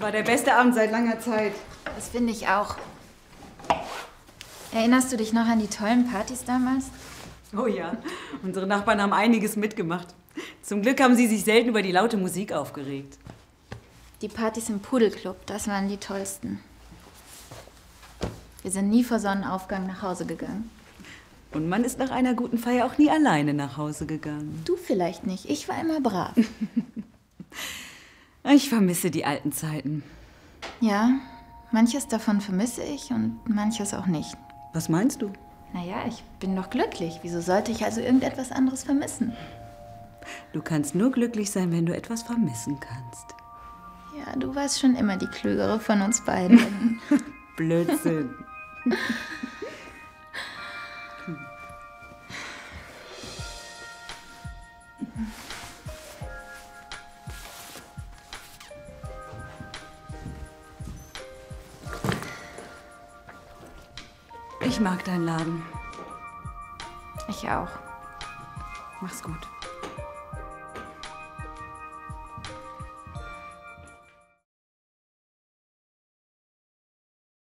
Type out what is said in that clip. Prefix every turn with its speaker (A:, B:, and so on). A: war der beste Abend seit langer Zeit.
B: Das finde ich auch. Erinnerst du dich noch an die tollen Partys damals?
A: Oh ja, unsere Nachbarn haben einiges mitgemacht. Zum Glück haben sie sich selten über die laute Musik aufgeregt.
B: Die Partys im Pudelclub, das waren die tollsten. Wir sind nie vor Sonnenaufgang nach Hause gegangen.
A: Und man ist nach einer guten Feier auch nie alleine nach Hause gegangen.
B: Du vielleicht nicht, ich war immer brav.
A: Ich vermisse die alten Zeiten.
B: Ja, manches davon vermisse ich und manches auch nicht.
A: Was meinst du?
B: Naja, ich bin doch glücklich. Wieso sollte ich also irgendetwas anderes vermissen?
A: Du kannst nur glücklich sein, wenn du etwas vermissen kannst.
B: Ja, du warst schon immer die Klügere von uns beiden.
A: Blödsinn. Ich mag deinen Laden.
B: ich auch.
A: Mach's gut.